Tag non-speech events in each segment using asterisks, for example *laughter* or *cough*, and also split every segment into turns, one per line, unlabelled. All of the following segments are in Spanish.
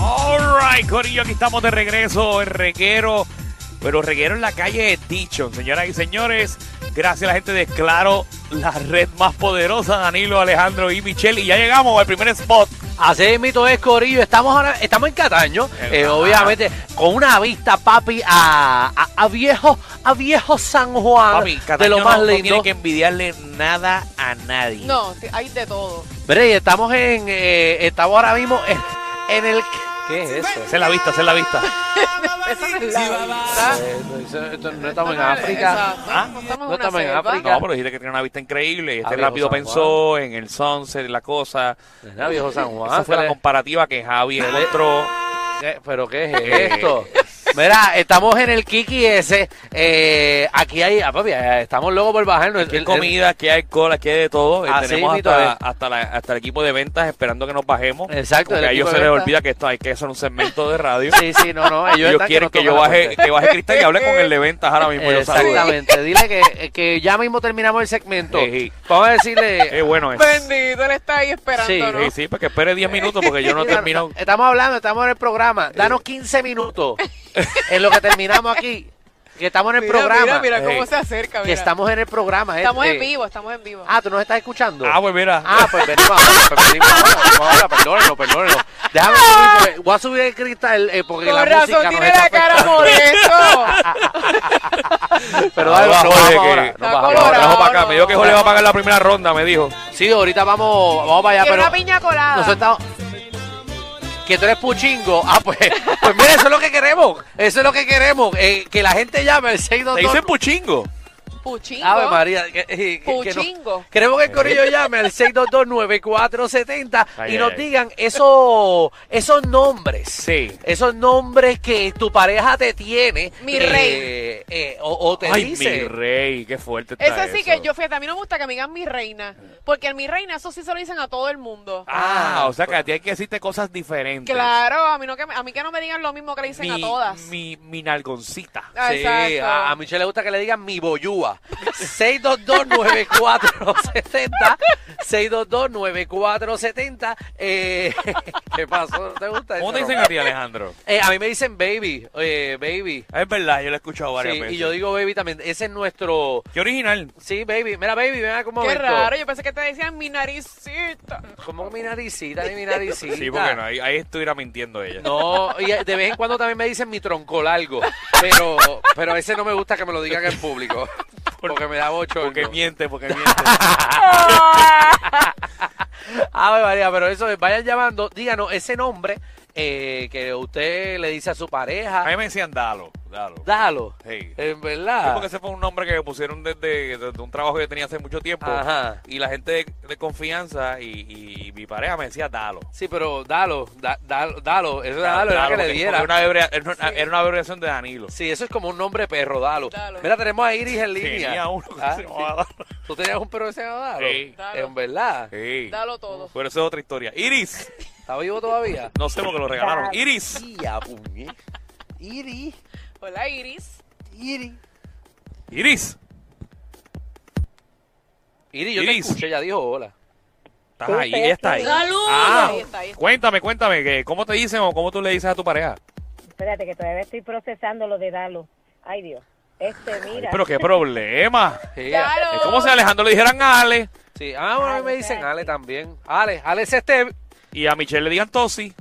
All right, Corillo, aquí estamos de regreso, el reguero, pero reguero en la calle Dicho, señoras y señores. Gracias a la gente de Claro, la red más poderosa, Danilo, Alejandro y Michelle. Y ya llegamos al primer spot.
Así mito es, Corillo. Estamos ahora, estamos en Cataño,
En
eh,
Cataño.
obviamente, con una vista, papi, a, a- a viejo, a viejo San Juan
Papi,
de
Cataño
lo más
no, no
lindo.
tiene que envidiarle nada a nadie.
No, t- hay de todo.
Mira, y estamos en, eh, estamos ahora mismo en, en el ¿Qué es eso?
Se la vista, se la vista.
Esa no es la vida.
Eso- eso- esto- Eh, no estamos en
No, no,
África.
exacto,
¿Ah?
No estamos
No
en una
estamos en
selva.
África.
No, pero dijiste que tiene una vista increíble. y
Ah,
Este
viejo
rápido
San
pensó en el sunset, la cosa.
Mira, viejo San Juan.
Esa fue la
pero-
comparativa que Javi encontró.
¿Qué? ¿Pero qué
Eh.
es esto? Mira, estamos en el Kiki ese. eh, aquí hay, ah, papi, eh, estamos locos por bajarnos. El-
Aquí hay
el-
comida, aquí hay cola, aquí hay de todo. Eh,
Así
Tenemos
mismito
hasta,
es.
hasta, la- hasta el equipo de ventas esperando que nos bajemos.
Exacto,
Porque
el
a ellos
equipo
se
de
les
ventas.
olvida que esto hay que hacer un segmento de radio.
*laughs* Sí, sí, no, no. Ellos,
Ellos,
están
quieren
nos
que, yo
tocan la
baje,
puerta.
que baje cristal y hable con el de ventas ahora mismo. yo saludo.
Exactamente. Dile que, eh, que ya mismo terminamos el segmento.
Ejí.
Vamos a
*laughs*
decirle.
Qué bueno es.
Bendito, él está ahí esperando.
Sí, sí, porque espere 10 minutos porque
*laughs*
yo no Eh.
Mira,
termino.
Estamos hablando, estamos en el programa. Danos 15 minutos *laughs* en lo que terminamos aquí. Que estamos en el programa.
Mira, mira cómo
Ey.
se acerca.
que
Mira.
estamos en el programa.
Estamos
gente.
en vivo, estamos en vivo.
Ah, ¿tú nos estás escuchando?
Ah, pues mira.
Ah, pues venimos ahora, pues venimos ahora, venimos ahora, perdónenlo, perdónenlo. Déjame subir, porque voy a subir el cristal eh, porque
Ah. Con
la
razón
música nos
tiene
está
la cara
afectando. *laughs*
molesto.
Pero
Ah,
dale, nos
bajo,
vamos
oye, que-
ahora, nos
Está
vamos
Lo
ahora.
colorado.
trajo para acá. Me dijo que Jorge va a
no.
pagar la primera ronda, me dijo.
Sí, ahorita vamos, vamos para allá,
Quiero
pero...
una piña colada.
Nosotros estamos. Que tú eres puchingo. Ah, pues, pues mira, eso es lo que queremos. Eso es lo que queremos. eh, que la gente llame al
Te
622.
dicen puchingo.
Puchingo.
Ave María. Que, eh, que- que no-
Puchingo.
queremos que el corillo llame al 622-9470
Eh. Ay,
y
ay,
nos
ay.
digan eso, esos nombres.
Sí.
Esos nombres que tu pareja te tiene.
Mi
eh,
rey.
eh, o, o te
Ay,
dice.
mi rey, qué fuerte está
Eso sí
eso.
que yo, fíjate, a mí no me gusta que me digan mi reina. Porque en mi reina, eso sí se lo dicen a todo el mundo.
Ah, o sea que a ti hay que decirte cosas diferentes.
Claro, a mí, no que, me- a mí que no me digan lo mismo que le dicen
Mi,
a todas.
mi, mi nalgoncita.
Ah,
Sí,
exacto.
a, a Michelle le gusta que le digan mi boyúa. 6229470. 6229470. Eh, *laughs* ¿Qué pasó? ¿No ¿Te gusta
¿Cómo
eso,
te dicen
no?
a ti, Alejandro?
Eh, a mí me dicen baby. eh, baby.
Ah, Es verdad, yo lo he escuchado varias
Sí,
veces.
y yo digo baby también. Ese es nuestro.
Qué original.
Sí, baby. Mira, baby, ven acá un
Qué
momento.
raro, yo pensé que te decían mi naricita.
Como mi naricita, ni mi naricita.
Sí, porque no, ahí, ahí estuviera mintiendo ella.
No, y de vez en cuando también me dicen mi tronco largo, pero, pero ese no me gusta que me lo digan en
*laughs*
público, porque me da bochorno.
porque miente, porque miente.
Ave María, pero eso, es, vayan llamando, díganos ese nombre eh, que usted le dice a su
a mí
pareja,
me decían Dalo, Dalo.
dalo,
Sí.
en
Sí,
verdad.
porque ese fue un nombre que me pusieron desde, desde un trabajo que tenía hace mucho tiempo.
Ajá.
Y la gente de, de confianza y, y mi pareja me decía Dalo.
Sí, pero dalo, da- dalo, dalo, eso era dalo, era
Dalo,
que le
porque-
diera.
porque Era una, abrevi- era una- era una abreviación de Danilo.
Sí, eso es como un nombre de perro, dalo.
Dalo.
Mira, tenemos a Iris en línea.
Tenía uno que
Ah,
se llamaba Dalo.
¿Tú tenías un perro que se llamaba Dalo?
Sí.
Dalo.
En verdad.
Sí.
Dalo todo.
Pero eso es otra historia. Iris.
¿Está vivo todavía?
No sé por qué lo regalaron. Iris.
Tía, puñe. Iris,
Hola, Iris.
Iris.
Iris.
Iris, yo
Iris.
te escuché, ya dijo hola.
Estás ahí, ella está ahí.
Saludos.
Ah,
Ahí está, ahí está.
cuéntame, cuéntame, que ¿cómo te dicen o cómo tú le dices a tu pareja?
Espérate, que todavía estoy procesando lo de Dalo. Ay, Dios. Este, mira.
Pero qué problema.
Sí. eh,
Dalo.
Es como si a Alejandro le dijeran a Ale
Sí, ah, bueno, a mí me dicen Ale también. Ale, Ale es este.
y a Michelle le digan Tosi.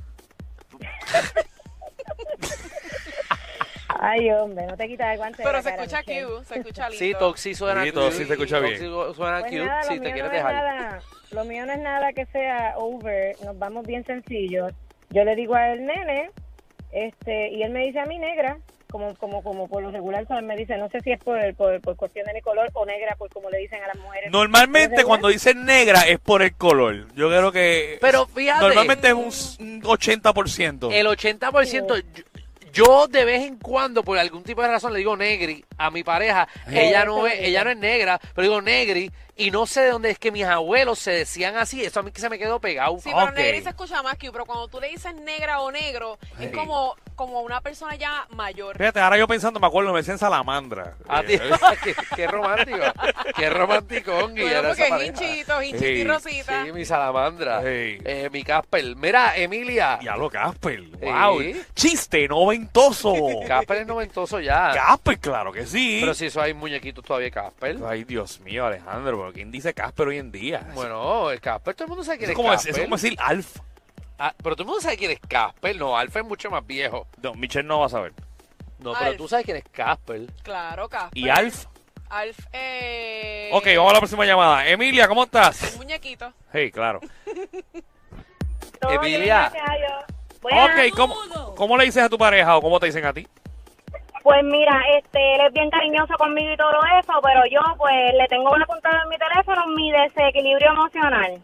Ay, hombre, no te quitas el guante. de
Pero
la
se
cara,
escucha
Michelle.
Q, se escucha lindo.
Sí, Toxi suena
Sí, Toxi se escucha bien.
Toxi suena
Pues
cute,
nada, lo
si te
mío
quieres
no es
dejar.
nada- lo mío no es nada que sea over. Nos vamos bien sencillos. Yo le digo a él nene, este, y él me dice a mí negra. como, como, como por lo regular Sol me dice, no sé si es por, el- por, por cuestión de mi color o negra, por como le dicen a las mujeres.
Normalmente
Pero
cuando
regular-
dicen negra es por el color. Yo creo que
Pero fíjate. mm.
normalmente es un s- un 80%.
El 80%, yo, yo de vez en cuando, por algún tipo de razón, le digo negri a mi pareja.
Eh,
Ella no es, ella no es negra, pero digo negri. Y no sé de dónde es que mis abuelos se decían así. Eso a mí que se me quedó pegado. Ah,
Sí, pero
Ok.
negri se escucha más que pero cuando tú le dices negra o negro, es como, como una persona ya mayor.
Fíjate, ahora yo pensando, me acuerdo, me decían salamandra.
A ti-
Eh,
Ah, *laughs* qué, qué romántico. Qué romántico, Ongi.
Bueno,
era esa
porque es
pareja.
hinchito, hinchito
Sí,
y rosita.
Sí, mi salamandra.
Sí.
Eh, mi Casper. Mira, Emilia.
Ya lo Casper. Wow.
Sí.
Chiste noventoso.
Casper es noventoso ya.
Casper, claro que sí.
Pero si eso hay muñequitos todavía, de Casper.
Ay, Dios mío, Alejandro, pero ¿quién dice Casper hoy en día?
Bueno, el Casper, todo el mundo sabe quién
Eso
es,
es como, es
Casper.
como decir Alf.
Ah, pero todo el mundo sabe quién es Casper. No, Alfa es mucho más viejo.
No, Michelle no va a saber.
No,
Alf.
pero tú sabes quién es Casper.
Claro, Casper.
¿Y Alf?
Alf, eh...
Ok, vamos a la próxima llamada. Emilia, ¿cómo
un
estás?
muñequito.
Hey, claro.
Todo bien,
Emilia.
gracias a Dios. Buenas.
Ok, ¿cómo, ¿cómo le dices a tu pareja o cómo te dicen a ti?
Pues mira, este, él es bien cariñoso conmigo y todo eso, pero yo pues le tengo una puntada en mi teléfono, mi desequilibrio emocional.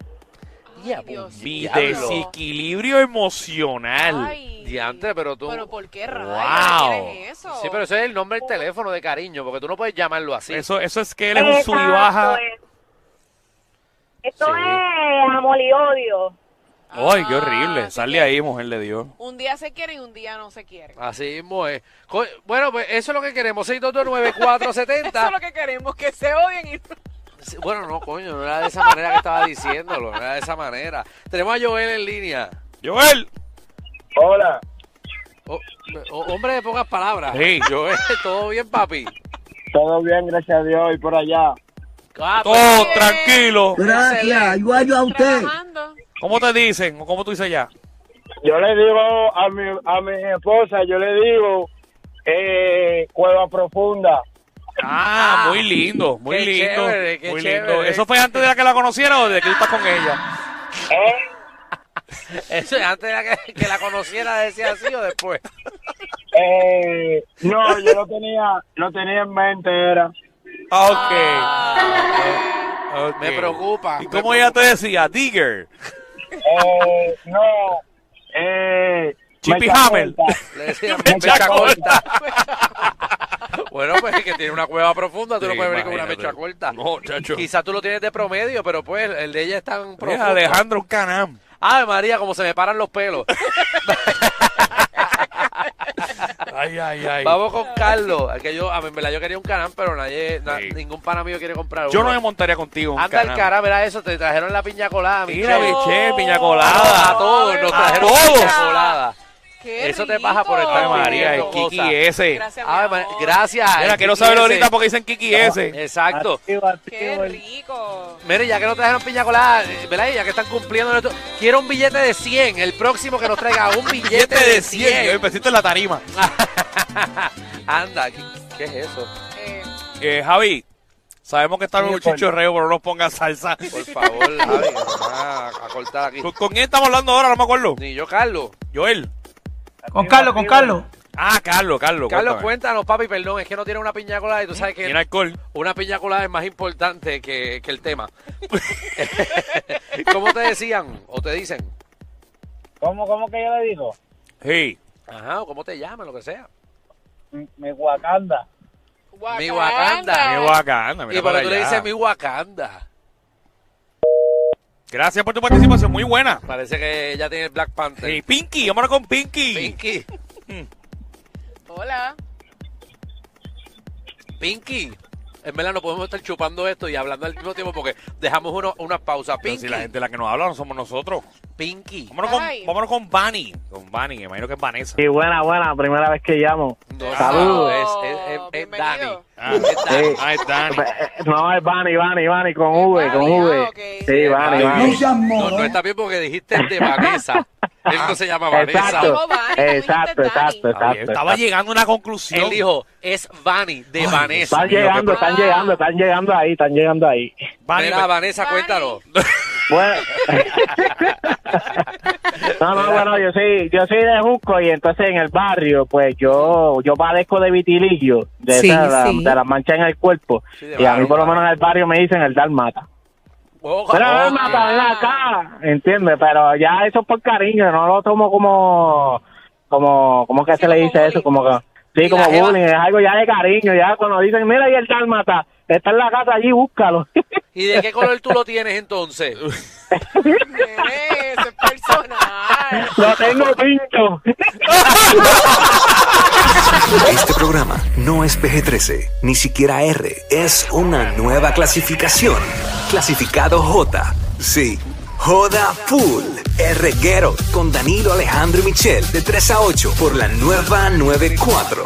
Ya,
Dios.
pues,
Mi
diablo.
desequilibrio emocional.
Ay.
Diantre, pero tú-
Pero ¿por qué rayos
Wow.
quieres eso?
Sí, pero ese es el nombre del teléfono de cariño, porque tú no puedes llamarlo así.
Eso, eso es que él es un sub y baja.
Exacto, es- Esto
Sí.
es amor y odio.
Ay, qué
Ah,
horrible.
así
Sale
que
ahí, mujer de Dios.
Un día se quiere y un día no se quiere.
Así mismo es. Co- Bueno, pues eso es lo que queremos, 6229470.
*laughs* Eso es lo que queremos, que se odien y...
Sí, Bueno, no, coño, no era de esa manera que estaba diciéndolo, no era de esa manera. Tenemos a Joel en línea.
Ah,
Joel.
pues
Hola,
O- o- Oh, hombre de pocas palabras.
Sí.
Joel, ¿todo bien, papi?
todo bien, gracias a Dios y por allá.
Ah, pues,
Todo tranquilo.
Gracias, igual yo a usted.
Trabajando.
¿Cómo te dicen o cómo tú dices ya?
Yo le digo a mi, a mi esposa, yo le digo eh, cueva profunda.
Ah, muy lindo, muy
Qué
lindo.
chévere, qué
muy lindo.
chévere.
¿Eso fue antes de la que la conociera o de que tú estás con ella?
Eh,
eso es antes de que, que la conociera, decía así o después.
eh, no, yo lo tenía, lo tenía en mente, era.
Ah,
Ah,
ok. ok.
Me preocupa.
¿Y
me
cómo ella te decía? Digger.
Eh, no, eh,
Chippy
mecha
Hammer.
corta.
Le decía,
Mecha
mecha
corta.
corta. bueno, pues es que tiene una cueva profunda, tú no
Sí,
puedes venir con una
imagínate.
mecha
*laughs*
corta.
No, chacho.
Quizás tú lo tienes de promedio, pero pues el de ella es tan
Mira,
profundo.
Alejandro un Canam.
Ay, María, como se me paran
*laughs*
los pelos.
Ay, ay, ay.
Vamos con Carlos. Es que yo, a mí, en verdad, yo quería un canam, pero nadie, na-
Sí.
ningún pana mío quiere comprar
Yo
uno.
no me montaría contigo. en un
Anda el
Can Am.
canam, mira eso, te trajeron la piña colada, mi
Mira,
chef.
biche, piña
A, a
colada.
todos nos
A
trajeron
todos.
piña colada.
qué
Eso te
rico.
pasa por estar
Ay, María, el
Qué
Kiki
cosa.
ese.
Gracias, mi
Ay, ma-
amor.
gracias.
Mira,
el
quiero
Kiki este
saberlo
ese.
ahorita porque dicen Kiki ese.
Exacto.
Activo,
Qué
activo.
rico.
Mire, ya que no trajeron piña colada, eh, ¿verdad? Y Ya que están cumpliendo nuestro- Quiero un billete de 100. El próximo que nos traiga
*laughs*
un billete de 100.
Empeciste en la tarima.
Anda, ¿qué, qué es eso?
Eh,
Eh, Javi, sabemos que está en un
Sí, Juan.
chichorreo, pero no nos pongas
*laughs*
salsa. *laughs*
Por favor, Javi, ah, a cortar aquí.
¿Con, con quién estamos hablando ahora? No me acuerdo.
Ni yo, Carlos.
Joel.
Con Carlos, con Carlos.
Ah, Carlos, Carlos.
Carlos,
cuéntame.
cuéntanos, papi, perdón, es que no tiene una piña colada y tú sabes que
Tiene alcohol.
una piña colada es más importante que, que
*laughs*
el tema. *laughs* ¿Cómo te decían o te dicen?
¿Cómo, cómo que yo le digo?
Sí.
Ajá, o cómo te llaman, lo que sea.
Mi- Mi Wakanda.
Mi
Wakanda.
Wakanda.
Qué bacana, mira
Ah. Y porque
para
tú le
allá.
dices mi Wakanda.
Gracias por tu participación, muy buena.
Parece que ya tiene el Black Panther.
Sí, Pinky, vámonos con Pinky.
Pinky.
Hola.
Pinky. En verdad no podemos estar chupando esto y hablando al mismo tiempo porque dejamos uno- una pausa.
Pero
Pinky.
si la gente la que nos habla no somos nosotros.
Pinky.
Vámonos con,
Ay.
vámonos con Bunny. Con Bunny, me imagino que es Vanessa.
Y buena, buena, primera vez que llamo. *laughs*
No,
Saludos.
no, Es, es, es, es Dani.
Bienvenido.
Ah, es Dani. Ah, es Dani.
No, es Vani, Vani, Vani, con V,
Vani,
con V.
ah, ok.
Sí,
Vani.
Vani, Vani.
No seas
No, no
mono.
está bien porque dijiste de Vanessa. Él no se llama Vanessa.
Exacto. Exacto, exacto,
Está bien, Estaba llegando a una conclusión.
Él dijo, es Vani de Vanessa.
Están llegando,
Ah.
están llegando, están llegando ahí, están llegando ahí.
Vani,
Mira, Vanessa,
Vani.
cuéntalo.
*laughs*
Bueno. no, no, bueno, yo soy, yo soy de Jusco y entonces en el barrio, pues yo, yo padezco de vitiligo, de,
Sí,
esa- la-
sí.
de las manchas en el cuerpo.
Sí, de
y a mí
barrio,
por lo menos en
barrio.
el barrio me dicen el dalmata.
Oh,
Pero
oh,
el dalmata, ven acá, ¿entiendes? Pero ya eso es por cariño, no lo tomo como, como, ¿cómo que
Sí,
se le
como
dice eso?
bullying.
Como que, sí,
Y
como
la jeva-
bullying, es algo ya de cariño, ya cuando dicen, mira, y el dalmata, está en la casa allí, búscalo. *laughs*
¿Y de qué color tú lo tienes
*laughs*
entonces?
Nene, Eso es personal.
lo tengo pincho.
Este programa no es PG-13, ni siquiera R. Es una nueva clasificación. Clasificado J. Sí. Joda Full. El reguero con Danilo Alejandro y Michel de 3 a 8 por la nueva 94.